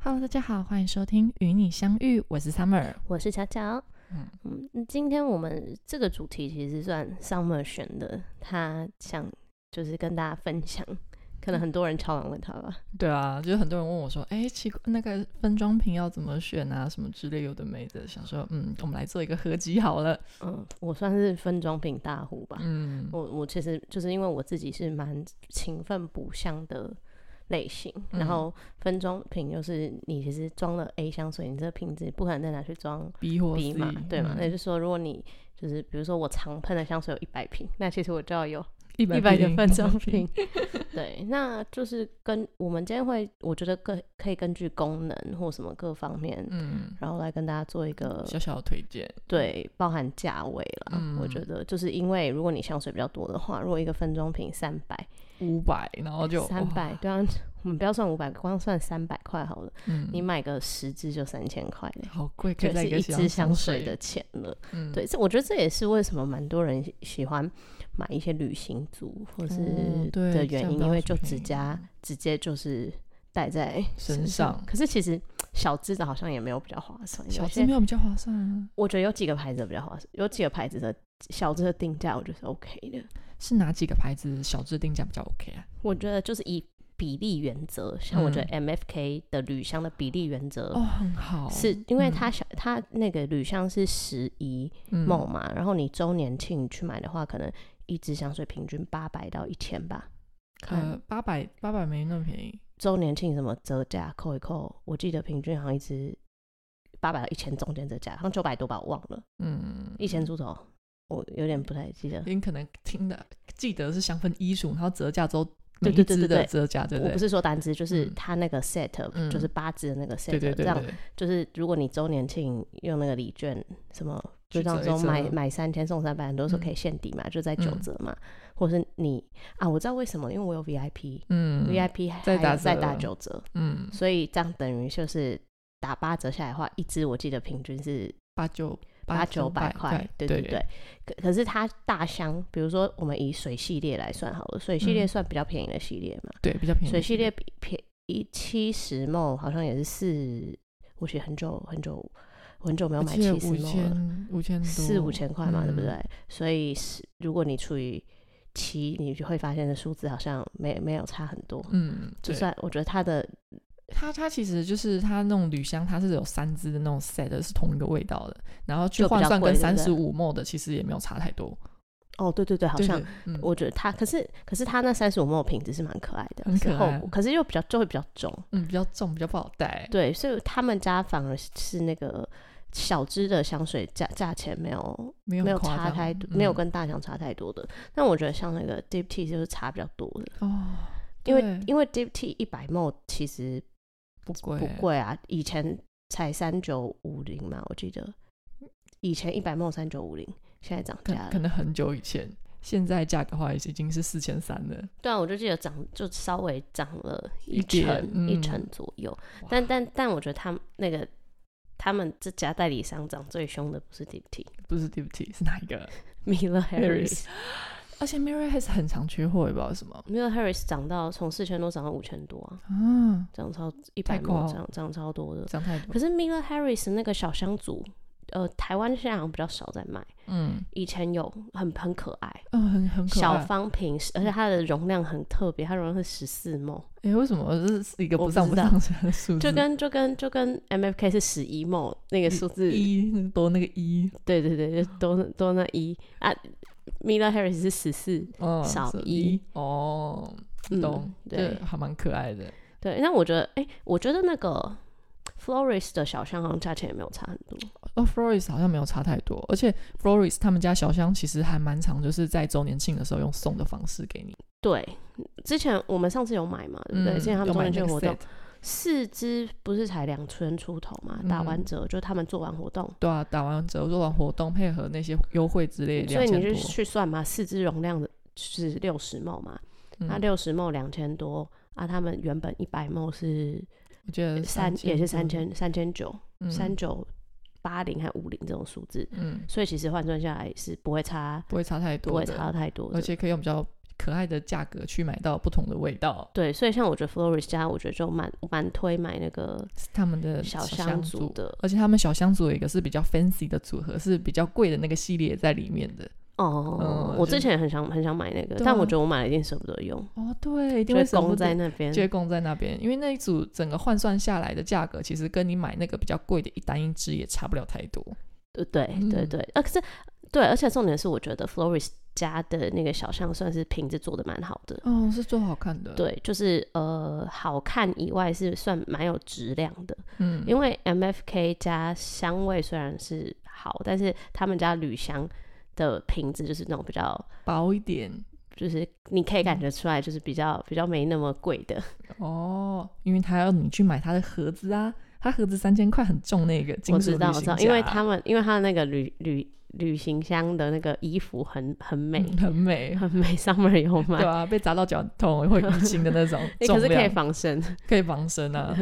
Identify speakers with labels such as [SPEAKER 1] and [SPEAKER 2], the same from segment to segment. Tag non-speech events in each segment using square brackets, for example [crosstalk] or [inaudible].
[SPEAKER 1] Hello，大家好，欢迎收听《与你相遇》，我是 Summer。
[SPEAKER 2] 我是巧巧。
[SPEAKER 1] 嗯
[SPEAKER 2] 嗯嗯，今天我们这个主题其实算 Summer 选的，他想就是跟大家分享，可能很多人敲完问他吧。
[SPEAKER 1] 对啊，就是很多人问我说：“哎，奇怪，那个分装瓶要怎么选啊？什么之类有的没的。”想说，嗯，我们来做一个合集好了。
[SPEAKER 2] 嗯，我算是分装品大户吧。
[SPEAKER 1] 嗯
[SPEAKER 2] 我我其实就是因为我自己是蛮勤奋补香的类型，然后分装瓶就是你其实装了 A 香水，你这个瓶子不可能再拿去装
[SPEAKER 1] ，B 或
[SPEAKER 2] B
[SPEAKER 1] C，
[SPEAKER 2] 嘛，对嘛？那也
[SPEAKER 1] 嗯
[SPEAKER 2] 就是说，如果你就是比如说我常喷的香水有一百瓶，那其实我就要有
[SPEAKER 1] 一
[SPEAKER 2] 一
[SPEAKER 1] 百
[SPEAKER 2] 百
[SPEAKER 1] 瓶
[SPEAKER 2] 个分装瓶。 [laughs] 对，那就是跟我们今天会，我觉得各可以根据功能或什么各方面， [laughs]
[SPEAKER 1] 嗯，
[SPEAKER 2] 然后来跟大家做一个
[SPEAKER 1] 小小的推荐。
[SPEAKER 2] 对，包含价位啦。我
[SPEAKER 1] 嗯
[SPEAKER 2] 觉得就是因为如果你香水比较多的话，如果一个分装瓶三百，
[SPEAKER 1] 五百，然后哦就
[SPEAKER 2] 三，
[SPEAKER 1] 哇
[SPEAKER 2] 百，对啊，我们不要算五百，光算三百块好了。
[SPEAKER 1] 嗯，
[SPEAKER 2] 你买个十支就三千块嘞，
[SPEAKER 1] 好贵，可
[SPEAKER 2] 就
[SPEAKER 1] 以在
[SPEAKER 2] 是一
[SPEAKER 1] 个
[SPEAKER 2] 支香水
[SPEAKER 1] 水
[SPEAKER 2] 的，钱了。
[SPEAKER 1] 嗯，
[SPEAKER 2] 对，这我觉得这也是为什么蛮多人喜喜欢买一些旅行组或是
[SPEAKER 1] 哦对
[SPEAKER 2] 嗯的
[SPEAKER 1] 这
[SPEAKER 2] 原
[SPEAKER 1] 样
[SPEAKER 2] 因，
[SPEAKER 1] 比较
[SPEAKER 2] 因为就直
[SPEAKER 1] 便宜
[SPEAKER 2] 加直接就是带在
[SPEAKER 1] 身上
[SPEAKER 2] 可是其实小支的好像也没有比较划算，有
[SPEAKER 1] 小
[SPEAKER 2] 些
[SPEAKER 1] 资没有比较划算啊？
[SPEAKER 2] 我觉得有几个牌子的比较划算，有几个牌子的小资的定价我觉得是 OK 的。
[SPEAKER 1] 是哪几个牌子小资定价比较 OK 啊？
[SPEAKER 2] 我觉得就是以比例原则，像我觉得
[SPEAKER 1] 嗯
[SPEAKER 2] MFK 的铝香的比例原则、
[SPEAKER 1] 哦，很好，
[SPEAKER 2] 是因为
[SPEAKER 1] 嗯
[SPEAKER 2] 它小，它那个铝香是十一
[SPEAKER 1] 嗯
[SPEAKER 2] 梦嘛，然后你周年庆去买的话，可能一支香水平均八百到一千吧。看、
[SPEAKER 1] 呃，八百八百没那么便宜，
[SPEAKER 2] 周年庆什么折价扣一扣，我记得平均好像一支八百到一千中间折价，好像九百多吧，我忘了，
[SPEAKER 1] 嗯，
[SPEAKER 2] 一千出头，我有点不太记得。
[SPEAKER 1] 您可能听的记得是香氛衣橱，然后折价之后每
[SPEAKER 2] 对
[SPEAKER 1] 一
[SPEAKER 2] 对对
[SPEAKER 1] 支
[SPEAKER 2] 对
[SPEAKER 1] 的
[SPEAKER 2] 对
[SPEAKER 1] 折价，对
[SPEAKER 2] 我不
[SPEAKER 1] 对？
[SPEAKER 2] 是说单支，就是
[SPEAKER 1] 嗯
[SPEAKER 2] 它那个 set，、
[SPEAKER 1] 嗯
[SPEAKER 2] 就是八支的那个 set，
[SPEAKER 1] 对对
[SPEAKER 2] 这
[SPEAKER 1] 对
[SPEAKER 2] 样
[SPEAKER 1] 对，
[SPEAKER 2] 就是如果你周年庆用那个礼券什么，就
[SPEAKER 1] 去折
[SPEAKER 2] 当
[SPEAKER 1] 一
[SPEAKER 2] 中买
[SPEAKER 1] 折
[SPEAKER 2] 买三千送三百，很多时候可以现抵嘛，就在九
[SPEAKER 1] 嗯
[SPEAKER 2] 折嘛，或是你啊，我知道为什么，因为我有 VIP，VIP、
[SPEAKER 1] 嗯
[SPEAKER 2] VIP 还
[SPEAKER 1] 再打
[SPEAKER 2] 有再打
[SPEAKER 1] 折
[SPEAKER 2] 九折，
[SPEAKER 1] 嗯，
[SPEAKER 2] 所以这样等于就是打八折下来的话，一支我记得平均是
[SPEAKER 1] 八九
[SPEAKER 2] 八九
[SPEAKER 1] 九
[SPEAKER 2] 百
[SPEAKER 1] 百
[SPEAKER 2] 块，对
[SPEAKER 1] 对
[SPEAKER 2] 对。。可可是它大箱，比如说我们以水系列来算好了，水系列
[SPEAKER 1] 嗯
[SPEAKER 2] 算比较便宜的系列嘛，
[SPEAKER 1] 对，比较便宜。
[SPEAKER 2] 水系列比便宜七十梦好像也是四，我觉得很久很久我很久没有
[SPEAKER 1] 我
[SPEAKER 2] 买
[SPEAKER 1] 记得
[SPEAKER 2] 七十
[SPEAKER 1] 五
[SPEAKER 2] 梦了，
[SPEAKER 1] 千五千多，
[SPEAKER 2] 四五千块嘛，对不
[SPEAKER 1] 嗯
[SPEAKER 2] 对？？所以是如果你除以七，你就会发现这数字好像没没有差很多。
[SPEAKER 1] 嗯，
[SPEAKER 2] 就
[SPEAKER 1] 对。
[SPEAKER 2] 算我觉得它的
[SPEAKER 1] 它它其实就是它那种铝香，它是有三支的那种 set 的是同一个味道的，然后去
[SPEAKER 2] 就比
[SPEAKER 1] 换
[SPEAKER 2] 较
[SPEAKER 1] 算
[SPEAKER 2] 贵
[SPEAKER 1] 跟
[SPEAKER 2] 对不
[SPEAKER 1] 三
[SPEAKER 2] 对
[SPEAKER 1] 十五 m 的其实也没有差太多，
[SPEAKER 2] 哦，对对对，好
[SPEAKER 1] 对
[SPEAKER 2] 像
[SPEAKER 1] 对嗯
[SPEAKER 2] 我觉得它，可是可是它那三十五梦瓶子是蛮可爱的，
[SPEAKER 1] 很可
[SPEAKER 2] 是厚
[SPEAKER 1] 爱
[SPEAKER 2] 膜可是又比较就会比较重。
[SPEAKER 1] 嗯比较重，比较不好带。
[SPEAKER 2] 对，所以他们家反而是那个小支的香水价价钱没有
[SPEAKER 1] 没有
[SPEAKER 2] 没
[SPEAKER 1] 很
[SPEAKER 2] 有
[SPEAKER 1] 夸
[SPEAKER 2] 差
[SPEAKER 1] 张
[SPEAKER 2] 太多，没有
[SPEAKER 1] 嗯
[SPEAKER 2] 跟大强差太多的。但我觉得像那个 Deep T 就是差比较多的，
[SPEAKER 1] 哦，
[SPEAKER 2] 因为
[SPEAKER 1] 对
[SPEAKER 2] 因为 Deep T 一百 ml 其实
[SPEAKER 1] 不贵欸
[SPEAKER 2] 不贵啊，以前才三九五零嘛，我记得以前一百 ml 三九五零，现在涨
[SPEAKER 1] 可
[SPEAKER 2] 价
[SPEAKER 1] 可
[SPEAKER 2] 了。
[SPEAKER 1] 能很久以前，现在价格的话已经是四千三了。
[SPEAKER 2] 对啊，我就记得涨就稍微涨了
[SPEAKER 1] 一
[SPEAKER 2] 成
[SPEAKER 1] 点
[SPEAKER 2] 一
[SPEAKER 1] 嗯
[SPEAKER 2] 成左右，
[SPEAKER 1] 哇
[SPEAKER 2] 但但但我觉得他们那个。他们这家代理商涨最凶的不是 Deep T，
[SPEAKER 1] 不是 d e p t 是哪一个？
[SPEAKER 2] Mila
[SPEAKER 1] [laughs]
[SPEAKER 2] Harris。
[SPEAKER 1] Harris 而且 Mary 还是很常缺货，也不知道为什么
[SPEAKER 2] Mila Harris 涨到从四千多涨到五千多啊，
[SPEAKER 1] 啊，
[SPEAKER 2] 涨超一百
[SPEAKER 1] 夸了
[SPEAKER 2] 多，涨涨超多的。
[SPEAKER 1] 涨太多。
[SPEAKER 2] 可是 Mila Harris 那个小香组，呃，台湾现在好像比较少在卖，
[SPEAKER 1] 嗯
[SPEAKER 2] 以前有很很可爱，
[SPEAKER 1] 嗯，很很可
[SPEAKER 2] 小
[SPEAKER 1] 爱。
[SPEAKER 2] 方瓶，而且它的容量很特别，它容量是十四 ml，
[SPEAKER 1] 哎、为什么这是一个不
[SPEAKER 2] 我不
[SPEAKER 1] 上
[SPEAKER 2] 知
[SPEAKER 1] 不
[SPEAKER 2] 道
[SPEAKER 1] 上下的数字？
[SPEAKER 2] 就跟就跟就跟 MFK 是十一 ml 那个数字，
[SPEAKER 1] 一多那个一，
[SPEAKER 2] 对对对，就多多那一啊，Mila Harris 是十四，
[SPEAKER 1] 嗯，
[SPEAKER 2] 少
[SPEAKER 1] 是
[SPEAKER 2] 一
[SPEAKER 1] 哦，
[SPEAKER 2] 嗯
[SPEAKER 1] 懂，
[SPEAKER 2] 对
[SPEAKER 1] 这还蛮可爱的。
[SPEAKER 2] 对，那我觉得，哎、我觉得那个 Floris 的小香好像价钱也没有差很多。
[SPEAKER 1] 哦，Floris 好像没有差太多，而且 Floris 他们家小香其实还蛮常，就是在周年庆的时候用送的方式给你，
[SPEAKER 2] 对，之前我们上次有买嘛，对不对？
[SPEAKER 1] 嗯
[SPEAKER 2] 之前他们
[SPEAKER 1] 有
[SPEAKER 2] 中
[SPEAKER 1] 买
[SPEAKER 2] 间
[SPEAKER 1] 那
[SPEAKER 2] 就
[SPEAKER 1] 个
[SPEAKER 2] 活动
[SPEAKER 1] set，，
[SPEAKER 2] 四支不是才两千出头嘛，打完
[SPEAKER 1] 嗯
[SPEAKER 2] 折就他们做完活动，
[SPEAKER 1] 对啊，打完折做完活动，配合那些优惠之类，
[SPEAKER 2] 所以你
[SPEAKER 1] 2000
[SPEAKER 2] 就
[SPEAKER 1] 多
[SPEAKER 2] 去算嘛，四支容量的是六十 ml 嘛，
[SPEAKER 1] 嗯
[SPEAKER 2] 那六十 ml 两千多。啊，他们原本一百 ml 是
[SPEAKER 1] 我觉得
[SPEAKER 2] 三，也是三
[SPEAKER 1] 多，
[SPEAKER 2] 千三千九
[SPEAKER 1] 嗯
[SPEAKER 2] 三，九八零还五零这种数字，
[SPEAKER 1] 嗯，
[SPEAKER 2] 所以其实换算下来是不会差
[SPEAKER 1] 不会差太多，
[SPEAKER 2] 不会差，太多
[SPEAKER 1] 而
[SPEAKER 2] 的。
[SPEAKER 1] 且可以用比较可爱的价格去买到不同的味道。
[SPEAKER 2] 对，所以像我觉得 Floris 家，我觉得就蛮蛮推买那个
[SPEAKER 1] 是他们的
[SPEAKER 2] 小
[SPEAKER 1] 香
[SPEAKER 2] 香族的
[SPEAKER 1] 而且他们小香组有一个是比较 fancy 的组合，是比较贵的那个系列在里面的。
[SPEAKER 2] 哦
[SPEAKER 1] 嗯，
[SPEAKER 2] 我
[SPEAKER 1] 就
[SPEAKER 2] 之前很想很想买那个，
[SPEAKER 1] 对
[SPEAKER 2] 但
[SPEAKER 1] 啊
[SPEAKER 2] 我觉得我买了一定舍不得用，
[SPEAKER 1] 哦，对，一定
[SPEAKER 2] 就
[SPEAKER 1] 会
[SPEAKER 2] 会
[SPEAKER 1] 舍不
[SPEAKER 2] 供
[SPEAKER 1] 得
[SPEAKER 2] 在那边
[SPEAKER 1] 就。会供在那边，因为那一组整个换算下来的价格，其实跟你买那个比较贵的一单一支也差不了太多。
[SPEAKER 2] 呃对对
[SPEAKER 1] 嗯
[SPEAKER 2] 对，啊，可是对，而且重点是，我觉得 Floris 家的那个小象算是瓶子做的蛮好的。
[SPEAKER 1] 哦，是做好看的，，
[SPEAKER 2] 对，就是呃，好看以外是算蛮有质量的，
[SPEAKER 1] 嗯，
[SPEAKER 2] 因为 MFK 家香味虽然是好，但是他们家铝香的瓶子就是那种比较，
[SPEAKER 1] 薄一点
[SPEAKER 2] 就是你可以感觉出来，就是比较比较没那么贵的。
[SPEAKER 1] 哦，因为他要你去买他的盒子啊，他盒子三千块很重那个，
[SPEAKER 2] 我
[SPEAKER 1] 金属
[SPEAKER 2] 知道，
[SPEAKER 1] 旅
[SPEAKER 2] 我知
[SPEAKER 1] 行
[SPEAKER 2] 道，因为
[SPEAKER 1] 夹
[SPEAKER 2] 他们因为他的那个旅旅旅行箱的那个衣服很很美，
[SPEAKER 1] 嗯很美，
[SPEAKER 2] 很美，summer 有买
[SPEAKER 1] 对，啊，被砸到脚痛会淤青的那
[SPEAKER 2] [laughs]
[SPEAKER 1] 种
[SPEAKER 2] 诶
[SPEAKER 1] 重
[SPEAKER 2] 哎可是可以
[SPEAKER 1] 量，
[SPEAKER 2] 防嗯身。
[SPEAKER 1] 可以防身
[SPEAKER 2] [laughs]
[SPEAKER 1] 啊，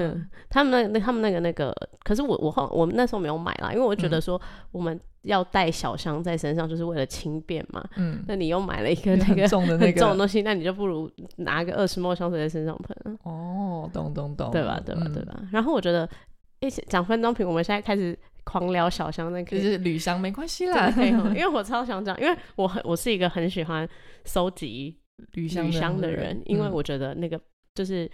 [SPEAKER 2] 他们那那他们那个那个，可是我我后我们那时候没有买啦，因为我觉
[SPEAKER 1] 嗯
[SPEAKER 2] 得说我们要带小箱在身上，就是为了轻便嘛。
[SPEAKER 1] 嗯，
[SPEAKER 2] 那你又买了一个
[SPEAKER 1] [laughs] 很
[SPEAKER 2] 那个
[SPEAKER 1] 重的那
[SPEAKER 2] 很重的
[SPEAKER 1] 个，
[SPEAKER 2] 东西，那你就不如拿个二十沫香水在身上喷，啊
[SPEAKER 1] 哦，懂懂懂，
[SPEAKER 2] 对吧？对吧？
[SPEAKER 1] 嗯
[SPEAKER 2] 对？吧？然后我觉得，一起讲分装瓶，我们现在开始狂聊小香那个
[SPEAKER 1] 就。是啊旅行没关系啦，
[SPEAKER 2] 对，哦 [laughs] 因为我超想讲，因为我很我是一个很喜欢收集
[SPEAKER 1] [laughs] 旅
[SPEAKER 2] 旅香的人，因为
[SPEAKER 1] 嗯
[SPEAKER 2] 我觉得那个就是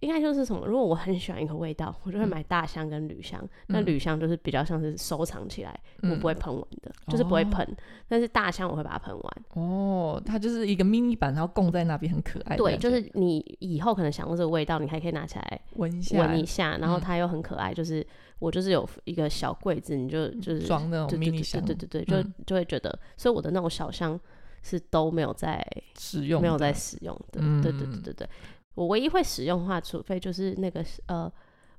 [SPEAKER 2] 应该就是什么，如果我很喜欢一个味道，我就会买大香跟旅香。那
[SPEAKER 1] 嗯
[SPEAKER 2] 旅香就是比较像是收藏起来，我
[SPEAKER 1] 嗯
[SPEAKER 2] 不会喷完的，就是不会
[SPEAKER 1] 哦
[SPEAKER 2] 喷。但是大香我会把它喷完。
[SPEAKER 1] 哦，它就是一个 mini 版，然后供在那边，很可爱的
[SPEAKER 2] 对，
[SPEAKER 1] 感觉。
[SPEAKER 2] 就是你以后可能想用这个味道，你还可以拿起来
[SPEAKER 1] 闻一下，
[SPEAKER 2] 闻一下，然后
[SPEAKER 1] 嗯
[SPEAKER 2] 它又很可爱。就是我就是有一个小柜子，你就就是
[SPEAKER 1] 嗯装那种
[SPEAKER 2] 对对
[SPEAKER 1] mini
[SPEAKER 2] 对
[SPEAKER 1] 箱，
[SPEAKER 2] 对对对，就
[SPEAKER 1] 嗯
[SPEAKER 2] 就会觉得，所以我的那种小箱是都没有在
[SPEAKER 1] 使用
[SPEAKER 2] 没有
[SPEAKER 1] 的
[SPEAKER 2] 在使用的，
[SPEAKER 1] 嗯
[SPEAKER 2] 对对对对对，我唯一会使用的话，除非就是那个呃，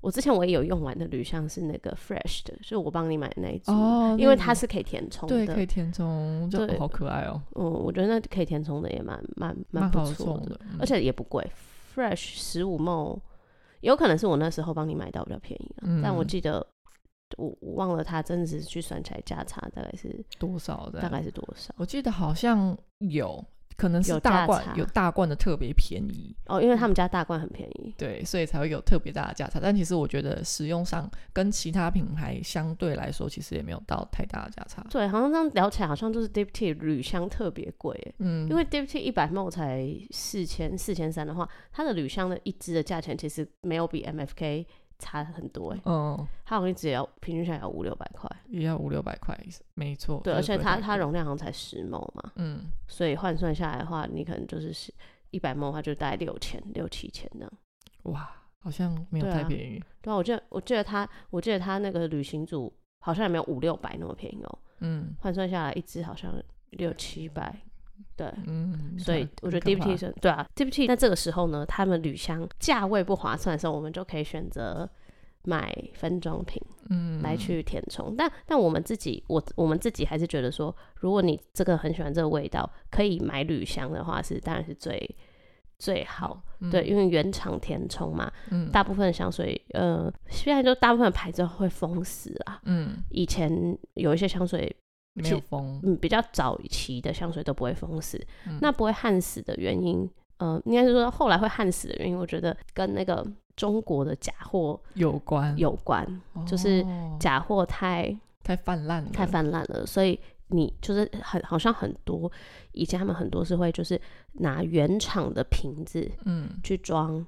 [SPEAKER 2] 我之前我也有用完的铝箱是那个 fresh 的，就是我帮你买的那一组，
[SPEAKER 1] 哦，
[SPEAKER 2] 因为
[SPEAKER 1] 那
[SPEAKER 2] 它
[SPEAKER 1] 种
[SPEAKER 2] 是可以填充
[SPEAKER 1] 对可以
[SPEAKER 2] 的，
[SPEAKER 1] 填充，就
[SPEAKER 2] 对
[SPEAKER 1] 好可爱哦，
[SPEAKER 2] 嗯，我觉得那可以填充的也蛮蛮
[SPEAKER 1] 蛮
[SPEAKER 2] 不
[SPEAKER 1] 好
[SPEAKER 2] 错
[SPEAKER 1] 送的，嗯
[SPEAKER 2] 而且也不贵，fresh 十五梦，有可能是我那时候帮你买到比较便宜、啊，但我
[SPEAKER 1] 嗯
[SPEAKER 2] 记得。我我忘了它真的是去算起来价差大概是
[SPEAKER 1] 多少的？
[SPEAKER 2] 大概是多少
[SPEAKER 1] 我记得好像有，可能是
[SPEAKER 2] 有
[SPEAKER 1] 大
[SPEAKER 2] 价
[SPEAKER 1] 罐
[SPEAKER 2] 差
[SPEAKER 1] 有大罐的特别便宜，
[SPEAKER 2] 哦，因为他们家大罐很便宜，
[SPEAKER 1] 对，所以才会有特别大的价差。但其实我觉得使用上跟其他品牌相对来说，其实也没有到太大的价差。
[SPEAKER 2] 对，好像这样聊起来，好像就是 Deep Tea 铝香特别贵耶，
[SPEAKER 1] 嗯，
[SPEAKER 2] 因为 Deep Tea 一百毛才四千四千三的话，它的铝香的一支的价钱其实没有比 MFK 差很多哎，
[SPEAKER 1] 嗯
[SPEAKER 2] 它好像只要平均下来要五六百块，
[SPEAKER 1] 也要五六百块，没错。
[SPEAKER 2] 对，而
[SPEAKER 1] 就是
[SPEAKER 2] 且
[SPEAKER 1] 不会
[SPEAKER 2] 它
[SPEAKER 1] 太
[SPEAKER 2] 它
[SPEAKER 1] 贵
[SPEAKER 2] 容量好像才十毛嘛，
[SPEAKER 1] 嗯。
[SPEAKER 2] 所以换算下来的话，你可能就是是一百毛的话就大概六千六七千这样。
[SPEAKER 1] 哇，好像没有
[SPEAKER 2] 对
[SPEAKER 1] 太
[SPEAKER 2] 啊
[SPEAKER 1] 便宜。
[SPEAKER 2] 对啊，我记得我记得它我记得它那个旅行组好像也没有五六百那么便宜哦，
[SPEAKER 1] 嗯
[SPEAKER 2] 换算下来一支好像六七百，对，
[SPEAKER 1] 嗯，
[SPEAKER 2] 所以
[SPEAKER 1] 很
[SPEAKER 2] 我觉得
[SPEAKER 1] 很可
[SPEAKER 2] DPT
[SPEAKER 1] 怕
[SPEAKER 2] 是对啊，DPT 那这个时候呢，他们铝箱价位不划算的时候，我们就可以选择买分装品
[SPEAKER 1] 嗯
[SPEAKER 2] 来去填充。但但我们自己，我我们自己还是觉得说，如果你这个很喜欢这个味道，可以买铝箱的话是当然是最最好。对，因为原厂填充嘛，
[SPEAKER 1] 嗯
[SPEAKER 2] 大部分香水，呃，现在就大部分的牌子会封死啊。
[SPEAKER 1] 嗯
[SPEAKER 2] 以前有一些香水，
[SPEAKER 1] 没有风，
[SPEAKER 2] 嗯，比较早期的香水都不会封死，
[SPEAKER 1] 嗯
[SPEAKER 2] 那不会焊死的原因，呃，应该是说后来会焊死的原因，我觉得跟那个中国的假货
[SPEAKER 1] 有关
[SPEAKER 2] 有关，就是
[SPEAKER 1] 哦
[SPEAKER 2] 假货太
[SPEAKER 1] 太泛滥了，
[SPEAKER 2] 太泛滥了，所以你就是很好像很多以前他们很多是会就是拿原厂的瓶子
[SPEAKER 1] 嗯
[SPEAKER 2] 去装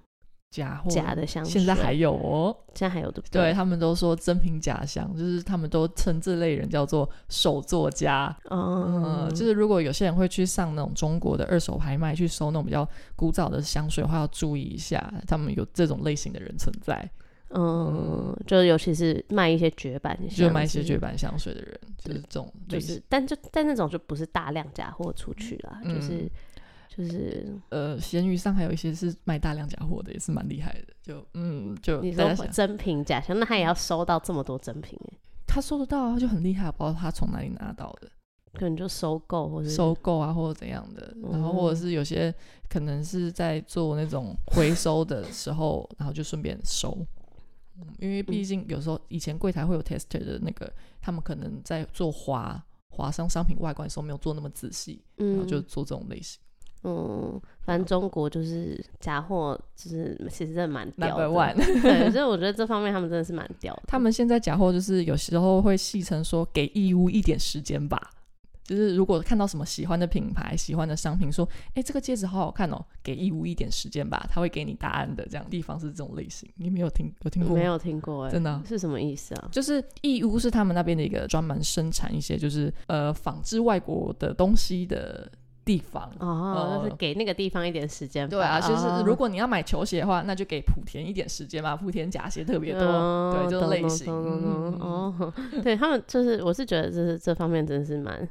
[SPEAKER 1] 假货
[SPEAKER 2] 假的香水，
[SPEAKER 1] 现在还有哦，
[SPEAKER 2] 现在还有对不
[SPEAKER 1] 对？他们都说真品假香，就是他们都称这类人叫做手作家。
[SPEAKER 2] 嗯
[SPEAKER 1] 嗯，，就是如果有些人会去上那种中国的二手拍卖去收那种比较古早的香水的话，要注意一下，他们有这种类型的人存在，
[SPEAKER 2] 嗯，就尤其是卖一些绝版的箱子，
[SPEAKER 1] 就卖一些绝版香水的人，就是这种类
[SPEAKER 2] 就
[SPEAKER 1] 型。
[SPEAKER 2] 是，但就但那种就不是大量假货出去啦，
[SPEAKER 1] 嗯
[SPEAKER 2] 就是就是
[SPEAKER 1] 呃，闲鱼上还有一些是卖大量假货的，也是蛮厉害的。就嗯，就
[SPEAKER 2] 你
[SPEAKER 1] 大家
[SPEAKER 2] 说
[SPEAKER 1] 想，
[SPEAKER 2] 真品假象，那他也要收到这么多真品欸，
[SPEAKER 1] 他收得到啊，就很厉害，不知道他从哪里拿到的，
[SPEAKER 2] 可能就收购或者
[SPEAKER 1] 收购啊或者怎样的，然后或者
[SPEAKER 2] 嗯
[SPEAKER 1] 是有些可能是在做那种回收的时候，然后就顺便收。嗯，因为毕
[SPEAKER 2] 嗯
[SPEAKER 1] 竟有时候以前柜台会有 tester 的那个，他们可能在做划划伤商品外观的时候没有做那么仔细，然后
[SPEAKER 2] 嗯，
[SPEAKER 1] 就做这种类型。
[SPEAKER 2] 嗯，反正中国就是假货，就是其实真的蛮屌
[SPEAKER 1] Number
[SPEAKER 2] 的。
[SPEAKER 1] one，
[SPEAKER 2] 对，所以我觉得这方面他们真的是蛮屌的。
[SPEAKER 1] 他们现在假货就是有时候会戏称说给义乌一点时间吧，就是如果看到什么喜欢的品牌、喜欢的商品，说哎、这个戒指好好看哦，给义乌一点时间吧，他会给你答案的。这样地方是这种类型，你没有听有听过吗？
[SPEAKER 2] 没有听过哎、
[SPEAKER 1] 真的啊
[SPEAKER 2] 是什么意思啊？
[SPEAKER 1] 就是义乌是他们那边的一个专门生产一些就是呃纺织外国的东西的地方。
[SPEAKER 2] 哦，那
[SPEAKER 1] 呃
[SPEAKER 2] 是给那个地方一点时间吧。
[SPEAKER 1] 对啊，就是如
[SPEAKER 2] 哦
[SPEAKER 1] 果你要买球鞋的话，那就给莆田一点时间吧，莆田假鞋特别多，
[SPEAKER 2] 嗯
[SPEAKER 1] 对这种
[SPEAKER 2] 懂
[SPEAKER 1] 类
[SPEAKER 2] 懂
[SPEAKER 1] 型。
[SPEAKER 2] 懂懂
[SPEAKER 1] 嗯
[SPEAKER 2] 懂哦，对他们就是，我是觉得这是这方面真的是蛮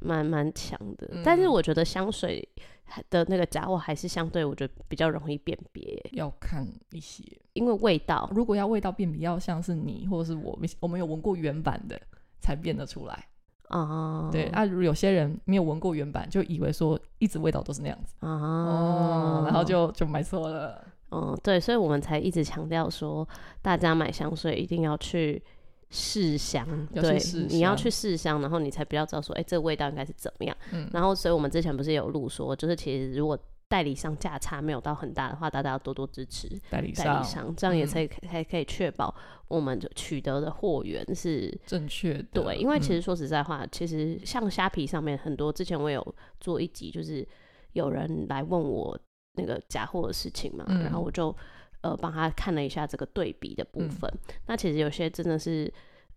[SPEAKER 2] 蛮蛮强的，但是
[SPEAKER 1] 嗯
[SPEAKER 2] 我觉得香水还的那个假货还是相对我觉得比较容易辨别耶，
[SPEAKER 1] 要看一些，
[SPEAKER 2] 因为味道
[SPEAKER 1] 如果要味道辨别，要像是你或者是我，我们有闻过原版的才辨得出来。
[SPEAKER 2] 啊，
[SPEAKER 1] 对啊，如有些人没有闻过原版，就以为说一直味道都是那样子，
[SPEAKER 2] 啊，
[SPEAKER 1] 哦，然后就就买错了。
[SPEAKER 2] 嗯，对，所以我们才一直强调说，大家买香水一定要去试香，
[SPEAKER 1] 要去
[SPEAKER 2] 对，
[SPEAKER 1] 试
[SPEAKER 2] 你要
[SPEAKER 1] 香
[SPEAKER 2] 去试香，然后你才比较知道说，哎、这个味道应该是怎么样。
[SPEAKER 1] 嗯
[SPEAKER 2] 然后，所以我们之前不是有录说，就是其实如果代理商价差没有到很大的话，大家要多多支持
[SPEAKER 1] 代理
[SPEAKER 2] 代
[SPEAKER 1] 商
[SPEAKER 2] 理商，这样也
[SPEAKER 1] 嗯
[SPEAKER 2] 才才可以确保我们取得的货源是
[SPEAKER 1] 正确的，
[SPEAKER 2] 对，因为其
[SPEAKER 1] 嗯
[SPEAKER 2] 实说实在话，其实像虾皮上面很多，之前我有做一集，就是有人来问我那个假货的事情嘛，
[SPEAKER 1] 嗯
[SPEAKER 2] 然后我就呃帮他看了一下这个对比的部
[SPEAKER 1] 嗯
[SPEAKER 2] 分。那其实有些真的是。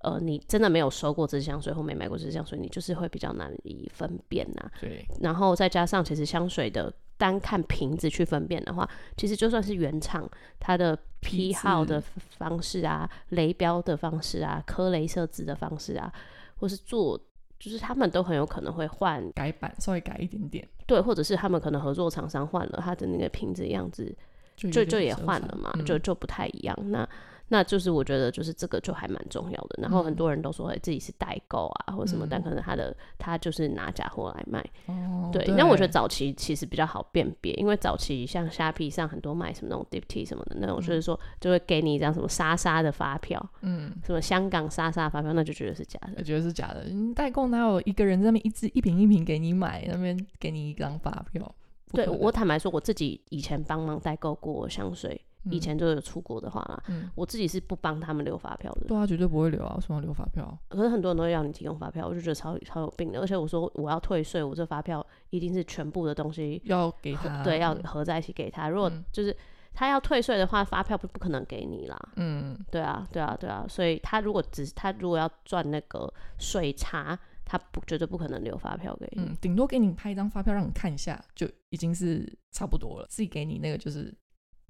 [SPEAKER 2] 呃，你真的没有收过这支香水或没买过这支香水，你就是会比较难以分辨呐、
[SPEAKER 1] 对
[SPEAKER 2] 然后再加上，其实香水的单看瓶子去分辨的话，其实就算是原厂，它的
[SPEAKER 1] 批
[SPEAKER 2] 批号的
[SPEAKER 1] 次
[SPEAKER 2] 方式啊、雷标的方式啊、科雷设置的方式啊，或是做，就是他们都很有可能会换，
[SPEAKER 1] 改版稍微改一点点，
[SPEAKER 2] 对，或者是他们可能合作厂商换了它的那个瓶子样子，
[SPEAKER 1] 就
[SPEAKER 2] 就
[SPEAKER 1] 就
[SPEAKER 2] 就也换了嘛，就嗯就嗯不太一样。那那就是我觉得就是这个就还蛮重要的。然后很
[SPEAKER 1] 嗯
[SPEAKER 2] 多人都说、哎自己是代购啊或什么，但
[SPEAKER 1] 嗯
[SPEAKER 2] 可能他的他就是拿假货来卖。
[SPEAKER 1] 哦，
[SPEAKER 2] 对，那我觉得早期其实比较好辨别，因为早期像虾皮上很多卖什么那种 d i p t 什么的那种，就是说就会给你一张什么莎莎的发票，
[SPEAKER 1] 嗯。
[SPEAKER 2] 什么香港莎莎发票，那就觉得是假
[SPEAKER 1] 我
[SPEAKER 2] 的。
[SPEAKER 1] 觉得是假的，嗯代购哪有一个人在那边一支一瓶一瓶给你买，那边给你一张发票？不
[SPEAKER 2] 对
[SPEAKER 1] 可能
[SPEAKER 2] 我坦白说，我自己以前帮忙代购过香水，以
[SPEAKER 1] 嗯
[SPEAKER 2] 前就有出国的话啦，
[SPEAKER 1] 嗯
[SPEAKER 2] 我自己是不帮他们留发票的。
[SPEAKER 1] 对啊，绝对不会留啊，为什么要留发票？
[SPEAKER 2] 可是很多人都会要你提供发票，我就觉得超超有病的。而且我说我要退税，我这发票一定是全部的东西
[SPEAKER 1] 要给
[SPEAKER 2] 合
[SPEAKER 1] 他
[SPEAKER 2] 对要合在一起给他。如果
[SPEAKER 1] 啊嗯
[SPEAKER 2] 就是他要退税的话，发票不不可能给你啦。
[SPEAKER 1] 嗯，
[SPEAKER 2] 对啊，对啊，对啊，所以他如果只他如果要赚那个税差，他不绝对不可能留发票给你。
[SPEAKER 1] 嗯，顶多给你拍一张发票让你看一下，就已经是差不多了。自己给你那个就是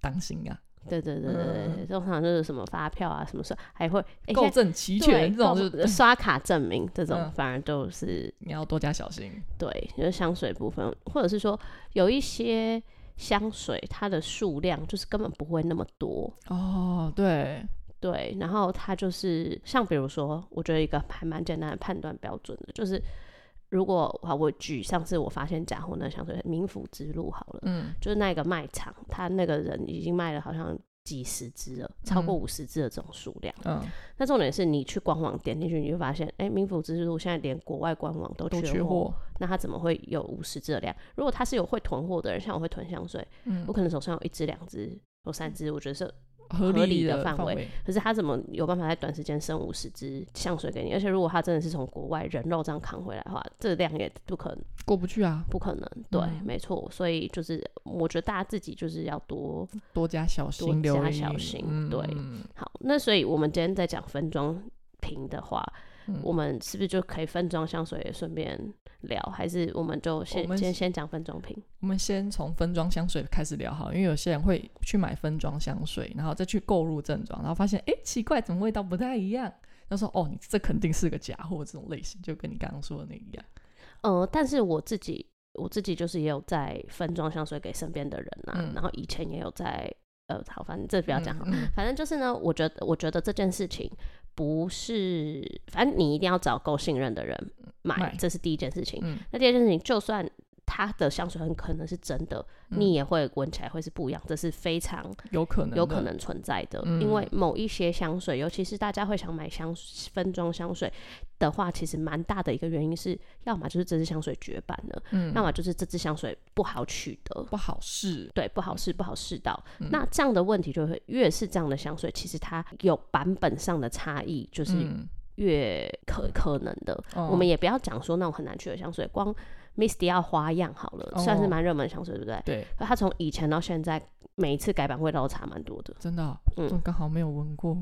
[SPEAKER 1] 当心啊，
[SPEAKER 2] 对对对对对，
[SPEAKER 1] 嗯
[SPEAKER 2] 通常就是什么发票啊，什么时候还会诶
[SPEAKER 1] 购
[SPEAKER 2] 现在
[SPEAKER 1] 证齐
[SPEAKER 2] 对
[SPEAKER 1] 全这种
[SPEAKER 2] 购
[SPEAKER 1] 就
[SPEAKER 2] 呃
[SPEAKER 1] 是
[SPEAKER 2] 刷卡证明这种，
[SPEAKER 1] 嗯
[SPEAKER 2] 反而就是
[SPEAKER 1] 你要多加小心。
[SPEAKER 2] 对，就是香水部分，或者是说有一些香水它的数量就是根本不会那么多。
[SPEAKER 1] 哦，对，
[SPEAKER 2] 对，然后它就是像比如说，我觉得一个还蛮简单的判断标准的，就是如果啊，我举上次我发现假货那香水，民府之路好了，
[SPEAKER 1] 嗯
[SPEAKER 2] 就是那个卖场，他那个人已经卖了好像几十支了，超过
[SPEAKER 1] 嗯
[SPEAKER 2] 五十支的这种数量。
[SPEAKER 1] 嗯，
[SPEAKER 2] 那重点是你去官网点进去，你就发现，哎，民府之路现在连国外官网都
[SPEAKER 1] 都缺
[SPEAKER 2] 缺货，
[SPEAKER 1] 货，
[SPEAKER 2] 那他怎么会有五十支的量？如果他是有会囤货的人，像我会囤香水，
[SPEAKER 1] 嗯
[SPEAKER 2] 我，可能手上有一支、两支。有三支，我觉得是
[SPEAKER 1] 合
[SPEAKER 2] 合理
[SPEAKER 1] 理
[SPEAKER 2] 的范
[SPEAKER 1] 范
[SPEAKER 2] 围。可是他怎么有办法在短时间生五十支香水给你？而且如果他真的是从国外人肉这样扛回来的话，这量也不可能，
[SPEAKER 1] 过不去啊，
[SPEAKER 2] 不可能。对，
[SPEAKER 1] 嗯
[SPEAKER 2] 没错。所以就是我觉得大家自己就是要多
[SPEAKER 1] 多加小心，
[SPEAKER 2] 多
[SPEAKER 1] 留
[SPEAKER 2] 加
[SPEAKER 1] 意
[SPEAKER 2] 小心
[SPEAKER 1] 嗯、
[SPEAKER 2] 对
[SPEAKER 1] 嗯
[SPEAKER 2] 好。那所以我们今天在讲分装瓶的话，
[SPEAKER 1] 嗯
[SPEAKER 2] 我们是不是就可以分装香水也顺便聊？还是我们就
[SPEAKER 1] 我
[SPEAKER 2] 先
[SPEAKER 1] 们
[SPEAKER 2] 先
[SPEAKER 1] 是
[SPEAKER 2] 先讲分装瓶？
[SPEAKER 1] 我们先从分装香水开始聊好，因为有些人会去买分装香水，然后再去购入正装，然后发现哎、诶奇怪，怎么味道不太一样？他说哦，你这肯定是个假货，这种类型就跟你刚刚说的那一样。
[SPEAKER 2] 呃，但是我自己我自己就是也有在分装香水给身边的人啊，
[SPEAKER 1] 嗯
[SPEAKER 2] 然后以前也有在呃，好，反正这不要讲好了，
[SPEAKER 1] 嗯
[SPEAKER 2] 反正就是呢，我觉得我觉得这件事情不是，反正你一定要找够信任的人买，
[SPEAKER 1] 买
[SPEAKER 2] 这是第一件事情。
[SPEAKER 1] 嗯
[SPEAKER 2] 那第二件事情，就算它的香水很可能是真的，你也会闻起来会是不一样，这是非常
[SPEAKER 1] 有可嗯能
[SPEAKER 2] 有可
[SPEAKER 1] 的
[SPEAKER 2] 能存在的。
[SPEAKER 1] 嗯
[SPEAKER 2] 因为某一些香水，尤其是大家会想买香分装香水的话，其实蛮大的一个原因是，要么就是这支香水绝版了，
[SPEAKER 1] 嗯
[SPEAKER 2] 要么就是这支香水不好取得。
[SPEAKER 1] 不好试，
[SPEAKER 2] 对，不好试，不好试到。
[SPEAKER 1] 嗯
[SPEAKER 2] 那这样的问题就会越是这样的香水，其实它有版本上的差异，就是
[SPEAKER 1] 嗯，
[SPEAKER 2] 越可、可能的。
[SPEAKER 1] 哦
[SPEAKER 2] 我们也不要讲说那种很难取的香水，光 Miss 迪奥花样好了，
[SPEAKER 1] 哦
[SPEAKER 2] 算是蛮热门的香水，对不对？
[SPEAKER 1] 对，
[SPEAKER 2] 可它从以前到现在，每一次改版味道都差蛮多的。
[SPEAKER 1] 真的哦，
[SPEAKER 2] 嗯
[SPEAKER 1] 我刚好没有闻过。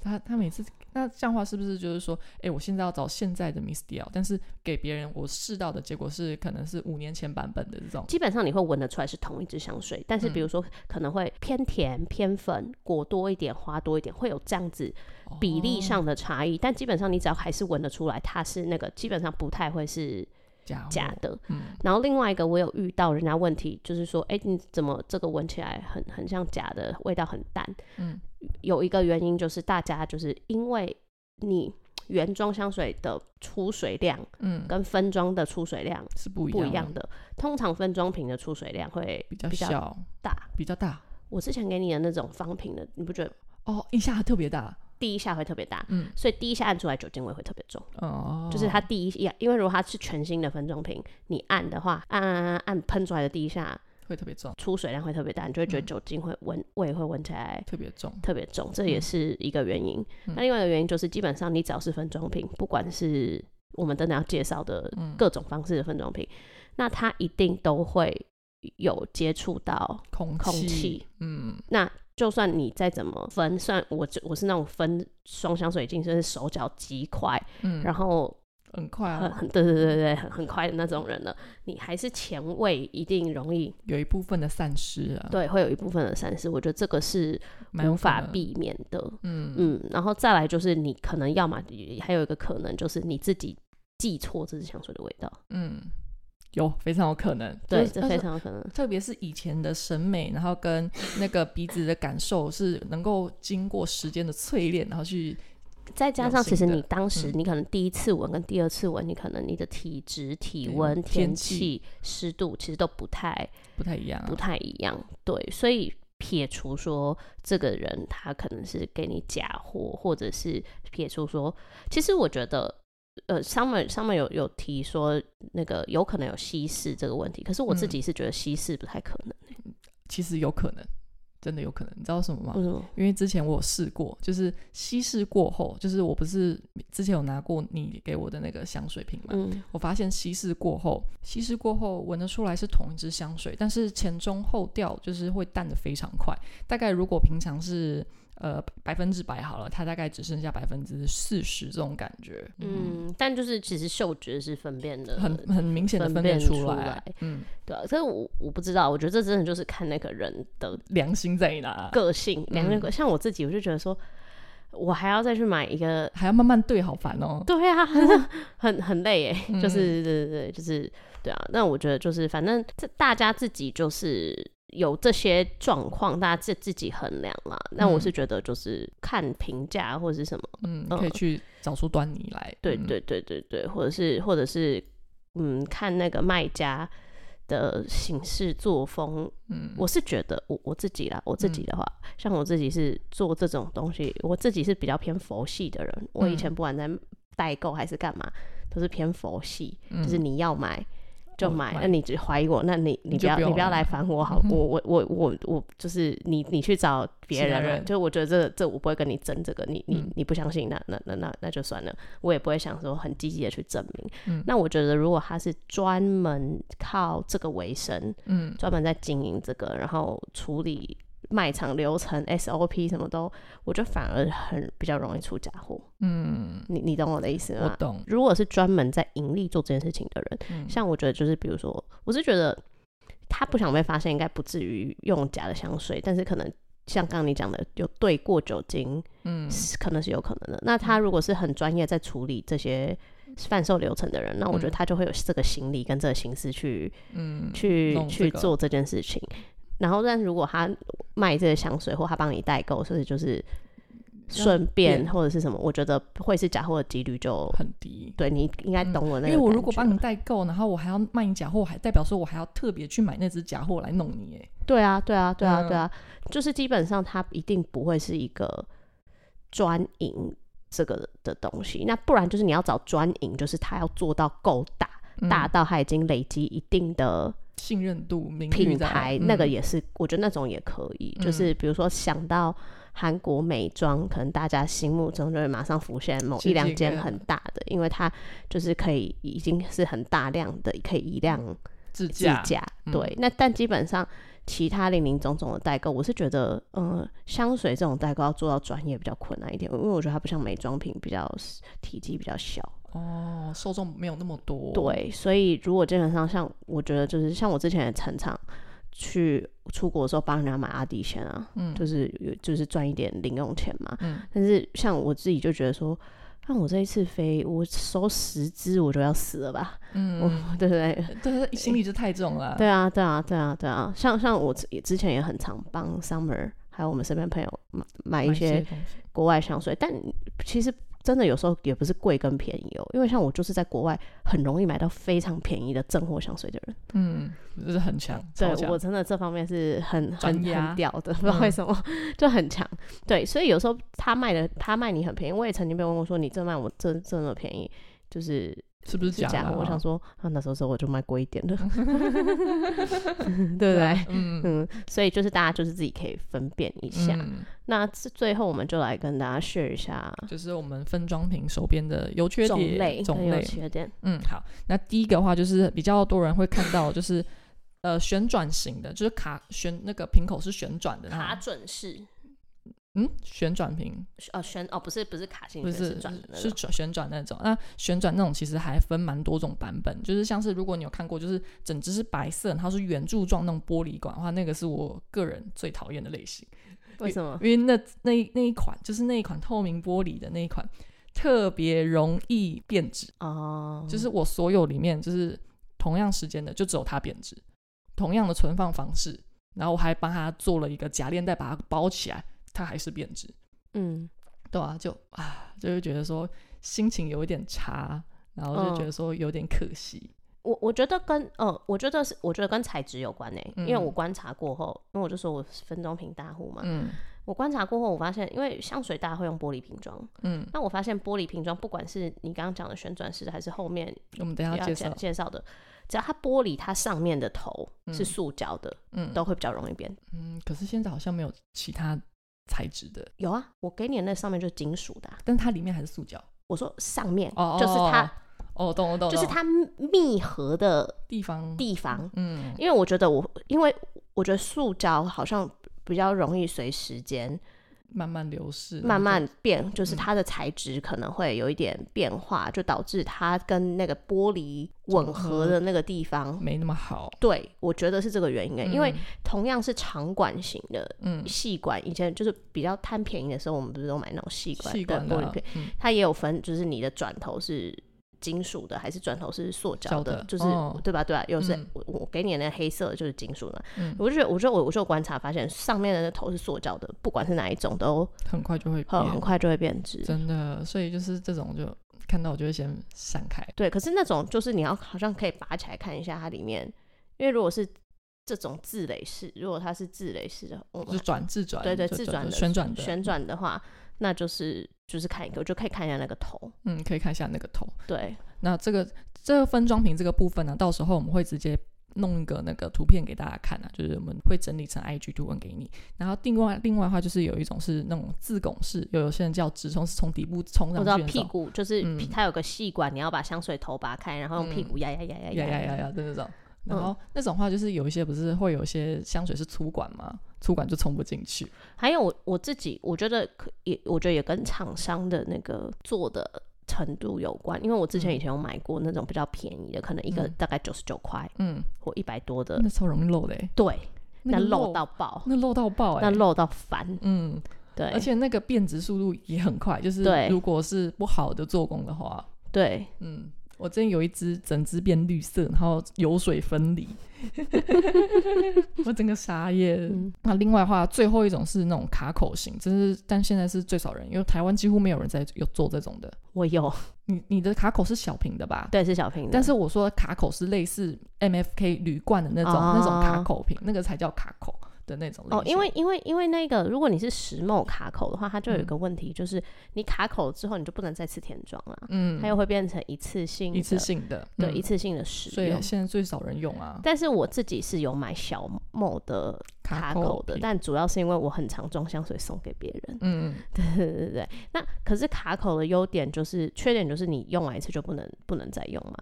[SPEAKER 1] 他他每次那这样的话是不是就是说，哎、我现在要找现在的 Miss d i 但是给别人我试到的结果是可能是五年前版本的这种，
[SPEAKER 2] 基本上你会闻得出来是同一支香水，但是比
[SPEAKER 1] 嗯
[SPEAKER 2] 如说可能会偏甜、偏粉、果多一点、花多一点，会有这样子比例
[SPEAKER 1] 哦
[SPEAKER 2] 上的差异。但基本上你只要还是闻得出来，它是那个基本上不太会是
[SPEAKER 1] 假货
[SPEAKER 2] 假的。
[SPEAKER 1] 嗯
[SPEAKER 2] 然后另外一个我有遇到人家问题，就是说，哎，你怎么这个闻起来很很像假的，味道很淡？
[SPEAKER 1] 嗯，
[SPEAKER 2] 有一个原因就是大家就是因为你原装香水的出水量
[SPEAKER 1] 嗯，
[SPEAKER 2] 跟分装的出水量
[SPEAKER 1] 是不一
[SPEAKER 2] 不
[SPEAKER 1] 样
[SPEAKER 2] 一样
[SPEAKER 1] 的，
[SPEAKER 2] 的，通常分装瓶的出水量会
[SPEAKER 1] 比较
[SPEAKER 2] 比较
[SPEAKER 1] 小，
[SPEAKER 2] 大。
[SPEAKER 1] 比较大
[SPEAKER 2] 我之前给你的那种方瓶的，你不觉得
[SPEAKER 1] 哦，一下特别大，
[SPEAKER 2] 第一下会特别大？
[SPEAKER 1] 嗯，
[SPEAKER 2] 所以第一下按出来酒精味会特别重。
[SPEAKER 1] 哦，
[SPEAKER 2] 就是它第一下，因为如果它是全新的分装瓶，你按的话，按按按按按喷出来的第一下
[SPEAKER 1] 会特别重，
[SPEAKER 2] 出水量会特别大，你就会觉得
[SPEAKER 1] 嗯
[SPEAKER 2] 酒精会闻、味会闻起来
[SPEAKER 1] 特别重，
[SPEAKER 2] 特别重，这也
[SPEAKER 1] 嗯
[SPEAKER 2] 是一个原因。
[SPEAKER 1] 嗯
[SPEAKER 2] 那另外一个原因就是，基本上你只要是分装瓶，不管是我们等等要介绍的
[SPEAKER 1] 嗯，
[SPEAKER 2] 各种方式的分装瓶，那它一定都会有接触到
[SPEAKER 1] 空
[SPEAKER 2] 空气，
[SPEAKER 1] 嗯，
[SPEAKER 2] 那。就算你再怎么分，算我就我是那种分双香水，已经是手脚极快，
[SPEAKER 1] 嗯，
[SPEAKER 2] 然后呃
[SPEAKER 1] 很快
[SPEAKER 2] 很
[SPEAKER 1] 啊，
[SPEAKER 2] 很对对对对，很很快的那种人了，你还是前卫，一定容易
[SPEAKER 1] 有一部分的散失啊，
[SPEAKER 2] 对，会有一部分的散失，我觉得这个是
[SPEAKER 1] 蛮有
[SPEAKER 2] 无
[SPEAKER 1] 可
[SPEAKER 2] 法
[SPEAKER 1] 能，
[SPEAKER 2] 避免的。
[SPEAKER 1] 嗯嗯
[SPEAKER 2] 嗯，然后再来就是你可能要么还有一个可能就是你自己记错这支香水的味道，
[SPEAKER 1] 嗯，有非常有可能，
[SPEAKER 2] 对，
[SPEAKER 1] 就是
[SPEAKER 2] 这
[SPEAKER 1] 但
[SPEAKER 2] 非
[SPEAKER 1] 是
[SPEAKER 2] 常有可能。
[SPEAKER 1] 特别是以前的审美，然后跟那个鼻子的感受是能够经过时间的淬炼，然后去
[SPEAKER 2] 再加
[SPEAKER 1] 有
[SPEAKER 2] 上其
[SPEAKER 1] 新
[SPEAKER 2] 实
[SPEAKER 1] 的
[SPEAKER 2] 你当时
[SPEAKER 1] 嗯
[SPEAKER 2] 你可能第一次闻跟第二次闻，你可能你的体质、体
[SPEAKER 1] 对
[SPEAKER 2] 温、
[SPEAKER 1] 天
[SPEAKER 2] 天
[SPEAKER 1] 气
[SPEAKER 2] 气、湿度其实都不太
[SPEAKER 1] 不太一样、啊
[SPEAKER 2] 不。太一样，对，所以撇除说这个人他可能是给你假货，或者是撇除说，其实我觉得，呃，上面上面有有提说那个有可能有稀释这个问题，可是我自
[SPEAKER 1] 嗯
[SPEAKER 2] 己是觉得稀释不太可能，
[SPEAKER 1] 其实有可能，真的有可能，你知道为什么吗？
[SPEAKER 2] 为什么？
[SPEAKER 1] 因为之前我有试过，就是稀释过后，就是我不是之前有拿过你给我的那个香水瓶嘛，
[SPEAKER 2] 嗯，
[SPEAKER 1] 我发现稀释过后，稀释过后闻得出来是同一支香水，但是前中后调就是会淡的非常快。大概如果平常是呃百分之百好了，它大概只剩下百分之四十这种感觉。
[SPEAKER 2] 嗯，但就是其实嗅觉是分辨的，
[SPEAKER 1] 很很明显的
[SPEAKER 2] 分
[SPEAKER 1] 分辨
[SPEAKER 2] 辨
[SPEAKER 1] 出
[SPEAKER 2] 出
[SPEAKER 1] 来，
[SPEAKER 2] 来
[SPEAKER 1] 嗯，
[SPEAKER 2] 对啊，这我我不知道，我觉得这真的就是看那个人的
[SPEAKER 1] 良心在哪？
[SPEAKER 2] 个性，两个人
[SPEAKER 1] 嗯
[SPEAKER 2] 个、像我自己，我就觉得说，我还要再去买一个
[SPEAKER 1] 还要慢慢对，好烦哦。
[SPEAKER 2] [laughs] 对啊，很很累耶，就是对对对，就是对啊。那我觉得就是，反正这大家自己就是有这些状况，大家自自己衡量啦。那我是觉得就是看评价或者是什么，
[SPEAKER 1] 嗯，
[SPEAKER 2] 嗯
[SPEAKER 1] 可以去找出端倪来。
[SPEAKER 2] 对
[SPEAKER 1] 嗯
[SPEAKER 2] 对对对对，或者是或者是嗯，看那个卖家。的行事作风，
[SPEAKER 1] 嗯，
[SPEAKER 2] 我是觉得我我自己啦，我自己的话，像我自己是做这种东西，我自己是比较偏佛系的人。我以
[SPEAKER 1] 嗯
[SPEAKER 2] 前不管在代购还是干嘛，都是偏佛系，就是
[SPEAKER 1] 嗯
[SPEAKER 2] 你要买就
[SPEAKER 1] 哦
[SPEAKER 2] 买，
[SPEAKER 1] 买
[SPEAKER 2] 那你只怀疑我，那你你
[SPEAKER 1] 就
[SPEAKER 2] 不要
[SPEAKER 1] 不要
[SPEAKER 2] 你不要
[SPEAKER 1] 来
[SPEAKER 2] 来烦
[SPEAKER 1] [laughs]
[SPEAKER 2] 我好，我我我我我就是你你去找别
[SPEAKER 1] 其他
[SPEAKER 2] 人嘛，
[SPEAKER 1] 人
[SPEAKER 2] 就我觉得这这我不会跟你争这个，你你
[SPEAKER 1] 嗯
[SPEAKER 2] 你不相信那那那那那就算了，我也不会想说很积极的去证明。
[SPEAKER 1] 嗯
[SPEAKER 2] 那我觉得如果他是专门靠这个为生，
[SPEAKER 1] 嗯
[SPEAKER 2] 专门在经营这个，然后处理。卖场流程 SOP 什么都，我觉得反而很比较容易出假货。
[SPEAKER 1] 嗯，
[SPEAKER 2] 你你懂我的意啊思吗？
[SPEAKER 1] 我懂。
[SPEAKER 2] 如果是专门在盈利做这件事情的人，
[SPEAKER 1] 嗯
[SPEAKER 2] 像我觉得就是，比如说，我是觉得他不想被发现，应该不至于用假的香水，但是可能像刚刚你讲的，有兑过酒精，
[SPEAKER 1] 嗯
[SPEAKER 2] 是可能是有可能的。那他如果是很专业在处理这些贩售流程的人，那我觉得
[SPEAKER 1] 嗯
[SPEAKER 2] 他就会有这个心理跟这个心思去
[SPEAKER 1] 嗯，
[SPEAKER 2] 去、
[SPEAKER 1] 弄这
[SPEAKER 2] 去
[SPEAKER 1] 个
[SPEAKER 2] 做这件事情。然后，但如果他卖这些香水或他帮你代购，所以就是顺便
[SPEAKER 1] 便
[SPEAKER 2] 或者是什么，我觉得会是假货的几率就
[SPEAKER 1] 很低。
[SPEAKER 2] 对你应该
[SPEAKER 1] 嗯
[SPEAKER 2] 懂我
[SPEAKER 1] 因
[SPEAKER 2] 那个、啊
[SPEAKER 1] 为我如果帮你，代购，然后我还要卖你假货，还代表说我还要特别去买那只假货来弄你，哎，
[SPEAKER 2] 对啊，对啊，对啊，
[SPEAKER 1] 嗯
[SPEAKER 2] 对啊，就是基本上它一定不会是一个专营这个的东西，那不然就是你要找专营，就是它要做到够大，
[SPEAKER 1] 嗯
[SPEAKER 2] 大到它已经累积一定的
[SPEAKER 1] 信任度、名誉
[SPEAKER 2] 品
[SPEAKER 1] 在
[SPEAKER 2] 牌，
[SPEAKER 1] 嗯
[SPEAKER 2] 那个也是，我觉得那种也可以，就是比如说想到。韩国美妆可能大家心目中就会马上浮现某
[SPEAKER 1] 这
[SPEAKER 2] 一两
[SPEAKER 1] 几
[SPEAKER 2] 间
[SPEAKER 1] 个
[SPEAKER 2] 很大的，因为它就是可以已经是很大量的，可以一量
[SPEAKER 1] 自
[SPEAKER 2] 自
[SPEAKER 1] 驾，
[SPEAKER 2] 驾。
[SPEAKER 1] 嗯
[SPEAKER 2] 对，那但基本上其他零零总总的代购，我是觉得，嗯、香水这种代购要做到专业比较困难一点，因为我觉得它不像美妆品比较体积比较小。
[SPEAKER 1] 哦，受众没有那么多，，
[SPEAKER 2] 对，所以如果基本上像我觉得就是像我之前也常常去出国的时候帮人家买阿迪险啊，
[SPEAKER 1] 嗯
[SPEAKER 2] 就是有就是赚一点零用钱嘛。
[SPEAKER 1] 嗯
[SPEAKER 2] 但是像我自己就觉得说。那我这一次飞，我收十支我就要死了吧？ [laughs]
[SPEAKER 1] 嗯，
[SPEAKER 2] 对
[SPEAKER 1] [laughs]
[SPEAKER 2] 不对？
[SPEAKER 1] 对，对心理就太重了，
[SPEAKER 2] 对啊，对啊，对啊，对啊，像像我之之前也很常帮 Summer 还有我们身边朋友买
[SPEAKER 1] 买
[SPEAKER 2] 买一
[SPEAKER 1] 一
[SPEAKER 2] 些
[SPEAKER 1] 东西，
[SPEAKER 2] 国外香水，但其实真的有时候也不是贵跟便宜哦，因为像我就是在国外很容易买到非常便宜的正货香水的人，
[SPEAKER 1] 嗯，就是很强，超
[SPEAKER 2] 对
[SPEAKER 1] 强
[SPEAKER 2] 我真的这方面是很
[SPEAKER 1] 专
[SPEAKER 2] 很
[SPEAKER 1] 家嗯
[SPEAKER 2] 很屌的，不知道为什么、 [laughs] 就很强。对，所以有时候他卖的他卖你很便宜，我也曾经被问过说你这卖我这这么便宜，就是
[SPEAKER 1] 是不是
[SPEAKER 2] 是假
[SPEAKER 1] 的啊？
[SPEAKER 2] 的。我想说啊，那时候时候我就卖贵
[SPEAKER 1] [laughs]
[SPEAKER 2] 一点的， [laughs] 对不对？
[SPEAKER 1] 嗯，
[SPEAKER 2] 嗯，所以就是大家就是自己可以分辨一下。
[SPEAKER 1] 嗯
[SPEAKER 2] 那这最后我们就来跟大家 share 一下
[SPEAKER 1] 就是我们分装瓶手边的优缺
[SPEAKER 2] 种类
[SPEAKER 1] 点
[SPEAKER 2] 跟
[SPEAKER 1] 种
[SPEAKER 2] 有
[SPEAKER 1] 类，
[SPEAKER 2] 缺点。
[SPEAKER 1] 嗯，好，那第一个的话就是比较多人会看到，就是呃旋转型的，就是卡旋那个瓶口是旋转的那种，
[SPEAKER 2] 卡准式，
[SPEAKER 1] 嗯，旋转瓶
[SPEAKER 2] 哦旋哦不是不是卡型
[SPEAKER 1] 不
[SPEAKER 2] 旋，
[SPEAKER 1] 是
[SPEAKER 2] 转的那
[SPEAKER 1] 是
[SPEAKER 2] 种。
[SPEAKER 1] 转旋转那种。那旋转那种其实还分蛮多种版本，就是像是如果你有看过，就是整只是白色，然后是圆柱状那种玻璃管的话，那个是我个人最讨厌的类型。
[SPEAKER 2] 为什么？
[SPEAKER 1] 因为那那一那一款就是那一款透明玻璃的那一款，特别容易变质。
[SPEAKER 2] 哦，
[SPEAKER 1] 就是我所有里面就是同样时间的，就只有它贬值，同样的存放方式，然后我还帮它做了一个假链带把它包起来，它还是贬值，
[SPEAKER 2] 嗯，
[SPEAKER 1] 对啊，就啊，就会觉得说心情有一点差，然后就觉
[SPEAKER 2] 嗯
[SPEAKER 1] 得说有点可惜，
[SPEAKER 2] 我我觉得跟呃，我觉得是我觉得跟材质有关诶、欸
[SPEAKER 1] 嗯
[SPEAKER 2] 因为我观察过后，因为我就说我是分装瓶大户嘛，
[SPEAKER 1] 嗯
[SPEAKER 2] 我观察过后，我发现因为香水大家会用玻璃瓶装，
[SPEAKER 1] 嗯，
[SPEAKER 2] 那我发现玻璃瓶装不管是你刚刚讲的旋转式的，还是后面
[SPEAKER 1] 我们等一下
[SPEAKER 2] 要
[SPEAKER 1] 介
[SPEAKER 2] 讲
[SPEAKER 1] 绍，
[SPEAKER 2] 介绍的，只要它玻璃它上面的头是塑胶的，
[SPEAKER 1] 嗯
[SPEAKER 2] 都会比较容易变。
[SPEAKER 1] 嗯，可是现在好像没有其他材质的，
[SPEAKER 2] 有啊，我给你的那上面就是金属的啊、
[SPEAKER 1] 但它里面还是塑胶，
[SPEAKER 2] 我说上面
[SPEAKER 1] 哦，
[SPEAKER 2] 就是它，
[SPEAKER 1] 哦，懂我懂，
[SPEAKER 2] 就是
[SPEAKER 1] 懂
[SPEAKER 2] 它密合的
[SPEAKER 1] 地方，
[SPEAKER 2] 地方，
[SPEAKER 1] 嗯
[SPEAKER 2] 因为我觉得我，因为我觉得塑胶好像比较容易随时间
[SPEAKER 1] 慢慢流逝，
[SPEAKER 2] 慢慢变，就是
[SPEAKER 1] 嗯
[SPEAKER 2] 它的材质可能会有一点变化，就导致它跟那个玻璃吻合的那个地方。
[SPEAKER 1] 没那么好，
[SPEAKER 2] 对，我觉得是这个原因欸，因为
[SPEAKER 1] 嗯
[SPEAKER 2] 同样是长管型的，
[SPEAKER 1] 嗯
[SPEAKER 2] 细管，以前就是比较贪便宜的时候，我们不是都买那种细管
[SPEAKER 1] 细
[SPEAKER 2] 的
[SPEAKER 1] 管
[SPEAKER 2] 玻
[SPEAKER 1] 的
[SPEAKER 2] 璃
[SPEAKER 1] 啊
[SPEAKER 2] 片，，
[SPEAKER 1] 嗯
[SPEAKER 2] 它也有分，就是你的转头是金属的，还是转头是塑胶
[SPEAKER 1] 胶
[SPEAKER 2] 的，
[SPEAKER 1] 的
[SPEAKER 2] 就是、
[SPEAKER 1] 哦
[SPEAKER 2] 对吧？对吧？有时、
[SPEAKER 1] 嗯
[SPEAKER 2] 我我给你的那黑色的就是金属的，
[SPEAKER 1] 嗯
[SPEAKER 2] 我就觉得，我就我我就观察发现，上面的那头是塑胶的，不管是哪一种都
[SPEAKER 1] 很快就会变，
[SPEAKER 2] 很很快就会变质。
[SPEAKER 1] 真的，所以就是这种就看到我就会先闪开，
[SPEAKER 2] 对，可是那种就是你要好像可以拔起来看一下它里面，因为如果是这种自垒式，如果它是自垒式的，我们
[SPEAKER 1] 就转自转，
[SPEAKER 2] 对对
[SPEAKER 1] 就
[SPEAKER 2] 自转的
[SPEAKER 1] 旋转的，
[SPEAKER 2] 旋转的话，那就是就是看一个，我就可以看一下那个头。
[SPEAKER 1] 嗯，可以看一下那个头。
[SPEAKER 2] 对，
[SPEAKER 1] 那这个这个分装瓶这个部分呢、到时候我们会直接弄一个那个图片给大家看啊，就是我们会整理成 IG 图文给你。然后另外另外的话就是有一种是那种自拱式，有有些人叫直冲，是从底部冲
[SPEAKER 2] 我
[SPEAKER 1] 上
[SPEAKER 2] 知道
[SPEAKER 1] 去那
[SPEAKER 2] 屁
[SPEAKER 1] 种，
[SPEAKER 2] 股就是屁
[SPEAKER 1] 嗯
[SPEAKER 2] 它有个细管，你要把香水头拔开，然后用屁股压压压
[SPEAKER 1] 呀
[SPEAKER 2] 压
[SPEAKER 1] 呀呀
[SPEAKER 2] 压。
[SPEAKER 1] 呀的那种。
[SPEAKER 2] 嗯
[SPEAKER 1] 然后那种话就是有一些不是会有一些香水是粗管嘛，粗管就冲不进去。
[SPEAKER 2] 还有我我自己，我觉得可也，我觉得也跟厂商的那个做的程度有关，因为我之前
[SPEAKER 1] 嗯
[SPEAKER 2] 以前有买过那种比较便宜的，可能一个
[SPEAKER 1] 嗯
[SPEAKER 2] 大概九十九块
[SPEAKER 1] 嗯，
[SPEAKER 2] 或一百多的
[SPEAKER 1] 那，超容易漏的、欸，
[SPEAKER 2] 对，那
[SPEAKER 1] 个
[SPEAKER 2] 漏到爆，
[SPEAKER 1] 那漏到爆、欸，
[SPEAKER 2] 那漏到烦，
[SPEAKER 1] 嗯，
[SPEAKER 2] 对
[SPEAKER 1] 而且那个变质速度也很快，就是
[SPEAKER 2] 对
[SPEAKER 1] 如果是不好的做工的话，
[SPEAKER 2] 对。
[SPEAKER 1] 嗯，我最近有一只整只变绿色，然后油水分离， [laughs] 我整个傻眼。
[SPEAKER 2] 嗯
[SPEAKER 1] 那另外的话，最后一种是那种卡口型，真是但现在是最少人，因为台湾几乎没有人在有做这种的。
[SPEAKER 2] 我有，
[SPEAKER 1] 你你的卡口是小瓶的吧？
[SPEAKER 2] 对，是小瓶的，
[SPEAKER 1] 但是我说的卡口是类似 MFK 铝罐的那种、
[SPEAKER 2] 哦
[SPEAKER 1] 那种卡口瓶，那个才叫卡口的那种类型。
[SPEAKER 2] 哦，因为因为因为那个，如果你是石墨卡口的话，它就有一个问题，就是你卡口之后，你就不能再吃甜装了，
[SPEAKER 1] 嗯，
[SPEAKER 2] 它又会变成一次性的
[SPEAKER 1] 一次，性的，
[SPEAKER 2] 对，
[SPEAKER 1] 嗯
[SPEAKER 2] 一次性的使
[SPEAKER 1] 所以
[SPEAKER 2] 用。
[SPEAKER 1] 现在最少人用啊。
[SPEAKER 2] 但是我自己是有买小某的卡口
[SPEAKER 1] 口
[SPEAKER 2] 的，
[SPEAKER 1] 瓶
[SPEAKER 2] 但主要是因为我很常装香水送给别人。 [laughs]
[SPEAKER 1] 嗯，
[SPEAKER 2] 对对对对。那可是卡口的优点就是，缺点就是你用完一次就不能不能再用嘛。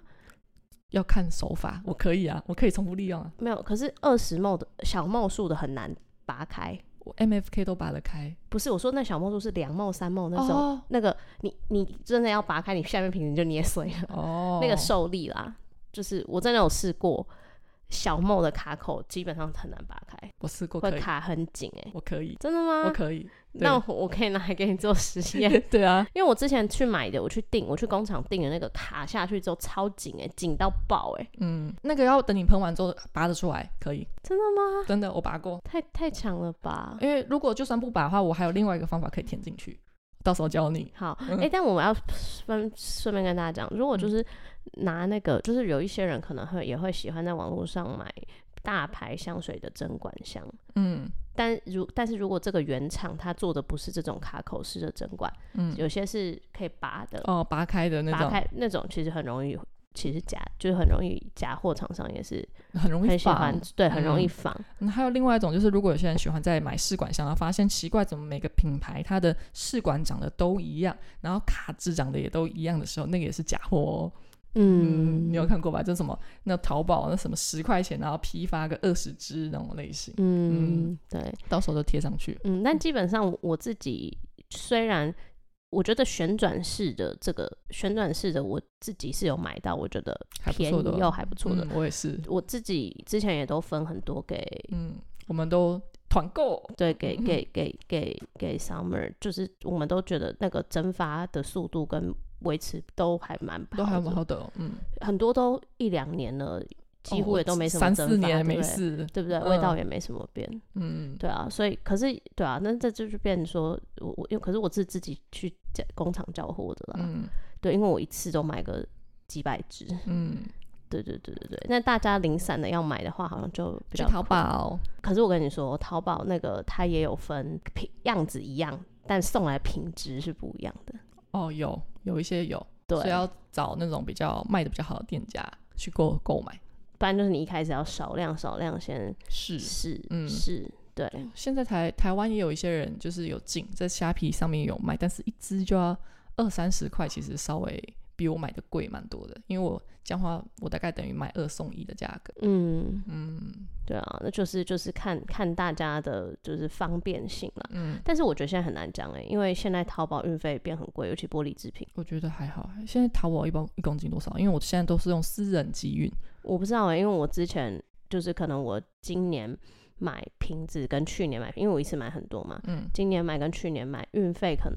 [SPEAKER 1] 要看手法，我可以啊，我可以重复利用啊，
[SPEAKER 2] 没有，可是二十墨的小墨数的很难拔开。
[SPEAKER 1] 我 MFK 都拔得开。
[SPEAKER 2] 不是我说那小墨数是两墨三墨那种，
[SPEAKER 1] 哦
[SPEAKER 2] 那个你你真的要拔开，你下面瓶子就捏碎了，
[SPEAKER 1] 哦，
[SPEAKER 2] 那个受力啦，就是我真的有试过，小梦的卡口基本上很难拔开，
[SPEAKER 1] 我试过可
[SPEAKER 2] 会
[SPEAKER 1] 以，
[SPEAKER 2] 卡很紧哎、
[SPEAKER 1] 我可以，
[SPEAKER 2] 真的吗？
[SPEAKER 1] 我可
[SPEAKER 2] [laughs]
[SPEAKER 1] 以。
[SPEAKER 2] 那我我可以拿来给你做实验，
[SPEAKER 1] 对啊，
[SPEAKER 2] 因为我之前去买的，我去订，我去工厂订的那个卡下去之后超紧哎、紧到爆哎、
[SPEAKER 1] 嗯，那个要等你喷完之后拔得出来，可以。
[SPEAKER 2] 真的吗？
[SPEAKER 1] 真的，我拔过。
[SPEAKER 2] 太太强了吧！
[SPEAKER 1] 因为如果就算不拔的话，我还有另外一个方法可以填进去，到时候教你。
[SPEAKER 2] 好，哎、但我们要顺顺便跟大家讲，
[SPEAKER 1] 嗯
[SPEAKER 2] 如果就是拿那个，就是有一些人可能会也会喜欢在网络上买大牌香水的针管香，
[SPEAKER 1] 嗯
[SPEAKER 2] 但如但是如果这个原厂它做的不是这种卡口式的针管，
[SPEAKER 1] 嗯，
[SPEAKER 2] 有些是可以拔的，
[SPEAKER 1] 哦，拔开的那
[SPEAKER 2] 拔
[SPEAKER 1] 种，
[SPEAKER 2] 开那种其实很容易，其实假就是很容易假货厂商也是
[SPEAKER 1] 很容易
[SPEAKER 2] 很喜欢
[SPEAKER 1] 放。，
[SPEAKER 2] 对，很容易
[SPEAKER 1] 嗯
[SPEAKER 2] 仿。
[SPEAKER 1] 嗯还有另外一种就是，如果有些人喜欢在买试管箱，然后发现奇怪，怎么每个品牌它的试管长得都一样，然后卡质长得也都一样的时候，那个也是假货哦。嗯，
[SPEAKER 2] 嗯，
[SPEAKER 1] 你有看过吧？就什么那淘宝那什么十块钱，然后批发个二十支那种类型，
[SPEAKER 2] 嗯，对，
[SPEAKER 1] 到时候就贴上去。
[SPEAKER 2] 嗯，但基本上我自己虽然我觉得旋转式的这个旋转式的我自己是有买到，我觉得
[SPEAKER 1] 还不
[SPEAKER 2] 便
[SPEAKER 1] 错的
[SPEAKER 2] 宜又还不错的。
[SPEAKER 1] 嗯，我也是。
[SPEAKER 2] 我自己之前也都分很多给
[SPEAKER 1] 嗯，我们都团购。
[SPEAKER 2] 对，
[SPEAKER 1] [laughs]
[SPEAKER 2] 给给给给给 Summer，就是我们都觉得那个蒸发的速度跟维持都还蛮
[SPEAKER 1] 都还蛮
[SPEAKER 2] 的
[SPEAKER 1] 好的哦，嗯，
[SPEAKER 2] 很多都一两年了，几乎
[SPEAKER 1] 哦
[SPEAKER 2] 也都没什么
[SPEAKER 1] 三
[SPEAKER 2] 蒸
[SPEAKER 1] 四
[SPEAKER 2] 发
[SPEAKER 1] 年
[SPEAKER 2] 对
[SPEAKER 1] 没
[SPEAKER 2] 不对
[SPEAKER 1] 事，
[SPEAKER 2] 对不对？
[SPEAKER 1] 嗯
[SPEAKER 2] 味道也没什么变，
[SPEAKER 1] 嗯，
[SPEAKER 2] 对啊，所以可是对啊，那这就是变成说我我因为可是我是自己去交工厂交货的啦，
[SPEAKER 1] 嗯
[SPEAKER 2] 对，因为我一次都买个几百只，
[SPEAKER 1] 嗯，
[SPEAKER 2] 对对对对对。那大家零散的要买的话，好像就比
[SPEAKER 1] 去
[SPEAKER 2] 较
[SPEAKER 1] 淘宝，
[SPEAKER 2] 可是我跟你说，淘宝那个它也有分品样子一样，但送来品质是不一样的。
[SPEAKER 1] 哦，有有一些有，
[SPEAKER 2] 对
[SPEAKER 1] 所以，要找那种比较卖的比较好的店家去购购买，
[SPEAKER 2] 不然就是你一开始要少量少量先
[SPEAKER 1] 是
[SPEAKER 2] 试，
[SPEAKER 1] 嗯
[SPEAKER 2] 试，对，
[SPEAKER 1] 现在台台湾也有一些人就是有进在虾皮上面有卖，但是一只就要二三十块，其实稍微比我买的贵蛮多的，因为我这样的话，我大概等于买二送一的价格。
[SPEAKER 2] 嗯，
[SPEAKER 1] 嗯
[SPEAKER 2] 对啊，那就是就是看看大家的就是方便性啦。
[SPEAKER 1] 嗯，
[SPEAKER 2] 但是我觉得现在很难讲哎、因为现在淘宝运费变很贵，尤其玻璃制品，
[SPEAKER 1] 我觉得还好。现在淘宝一包一公斤多少？因为我现在都是用私人集运。
[SPEAKER 2] 我不知道哎、因为我之前就是可能我今年买瓶子跟去年买，因为我一次买很多嘛，
[SPEAKER 1] 嗯，
[SPEAKER 2] 今年买跟去年买运费可能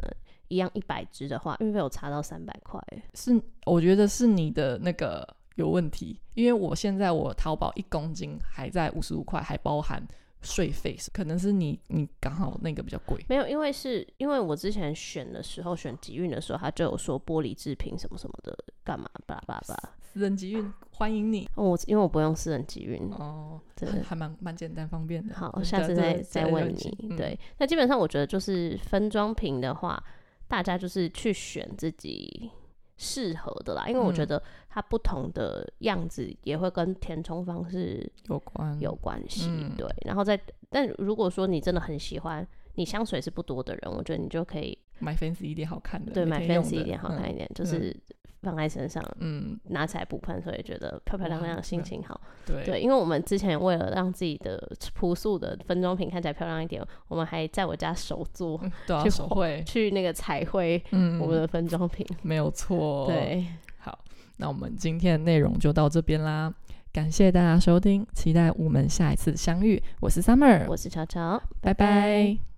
[SPEAKER 2] 一样一百支的话，运费我差到三百块欸。
[SPEAKER 1] 是我觉得是你的那个有问题，因为我现在我淘宝一公斤还在五十五块，还包含税费，可能是你你刚好那个比较贵。
[SPEAKER 2] 没有，因为是因为我之前选的时候选集运的时候，他就有说玻璃制品什么什么的，干嘛巴拉巴拉巴拉。
[SPEAKER 1] 私人集运欢迎你。
[SPEAKER 2] 哦我因为我不用私人集运，
[SPEAKER 1] 哦，
[SPEAKER 2] 对
[SPEAKER 1] 还还蛮蛮简单方便的。嗯
[SPEAKER 2] 好，
[SPEAKER 1] 对
[SPEAKER 2] 下次
[SPEAKER 1] 这
[SPEAKER 2] 再
[SPEAKER 1] 这
[SPEAKER 2] 再
[SPEAKER 1] 这
[SPEAKER 2] 问
[SPEAKER 1] 就行
[SPEAKER 2] 你。
[SPEAKER 1] 嗯
[SPEAKER 2] 对，那基本上我觉得就是分装瓶的话，大家就是去选自己适合的啦，因为我觉
[SPEAKER 1] 嗯
[SPEAKER 2] 得它不同的样子也会跟填充方式
[SPEAKER 1] 嗯有关
[SPEAKER 2] 有关系。
[SPEAKER 1] 嗯
[SPEAKER 2] 对，然后再，但如果说你真的很喜欢。你香水是不多的人，我觉得你就可以
[SPEAKER 1] 买 fancy 一点好看的，
[SPEAKER 2] 对
[SPEAKER 1] 每
[SPEAKER 2] 买
[SPEAKER 1] 天用
[SPEAKER 2] fancy
[SPEAKER 1] 的
[SPEAKER 2] 一点，好看一。点，就是放在身上，
[SPEAKER 1] 嗯，嗯
[SPEAKER 2] 拿起来不喷，所以觉得漂漂亮
[SPEAKER 1] 哇嗯
[SPEAKER 2] 亮，心
[SPEAKER 1] 对
[SPEAKER 2] 情好。
[SPEAKER 1] 对
[SPEAKER 2] 对，因为我们之前为了让自己的朴素的分装瓶看起来漂亮一点，我们还在我家手做，
[SPEAKER 1] 嗯对啊，
[SPEAKER 2] 去
[SPEAKER 1] 手绘，
[SPEAKER 2] 去那个彩绘
[SPEAKER 1] 嗯，哦
[SPEAKER 2] 我们的分装瓶。
[SPEAKER 1] 没有错。，
[SPEAKER 2] 对，
[SPEAKER 1] 好，那我们今天的内容就到这边啦，感谢大家收听，期待我们下一次相遇。我是 Summer，
[SPEAKER 2] 我是乔乔，
[SPEAKER 1] 拜
[SPEAKER 2] 拜
[SPEAKER 1] 拜。
[SPEAKER 2] 拜